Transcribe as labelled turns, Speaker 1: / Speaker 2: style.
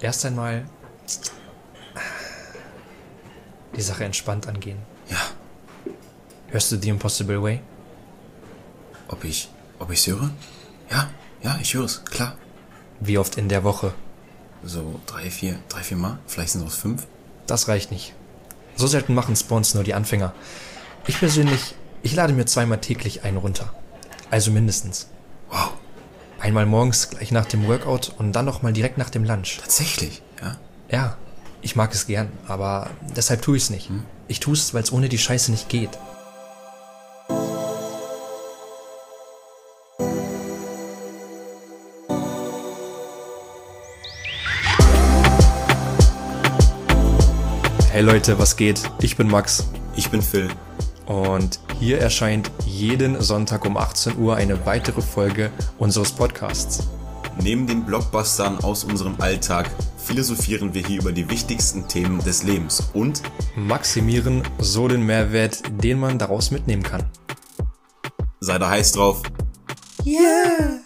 Speaker 1: erst einmal die Sache entspannt angehen.
Speaker 2: Ja,
Speaker 1: Hörst du The Impossible Way?
Speaker 2: ob ich. Ob ich's höre? Ja, ja, ich höre es, klar.
Speaker 1: Wie oft in der Woche?
Speaker 2: So drei, vier, drei, vier Mal, vielleicht sind es auch fünf.
Speaker 1: Das reicht nicht. So selten machen Spawns nur die Anfänger. Ich persönlich, ich lade mir zweimal täglich einen runter. Also mindestens.
Speaker 2: Wow,
Speaker 1: Einmal morgens gleich nach dem Workout und dann nochmal direkt nach dem Lunch.
Speaker 2: tatsächlich, ja?
Speaker 1: Ja, ich mag es gern, aber deshalb tue ich es nicht. Ich tue es, weil es ohne die Scheiße nicht geht. Hey Leute, was geht? Ich bin Max
Speaker 2: Ich bin Phil.
Speaker 1: und hier erscheint jeden Sonntag um 18 Uhr eine weitere Folge unseres Podcasts.
Speaker 2: Neben den Blockbustern aus unserem Alltag philosophieren wir hier über die wichtigsten Themen des Lebens und
Speaker 1: Maximieren so den Mehrwert, den man daraus mitnehmen kann.
Speaker 2: sei da heiß drauf.
Speaker 1: Yeah!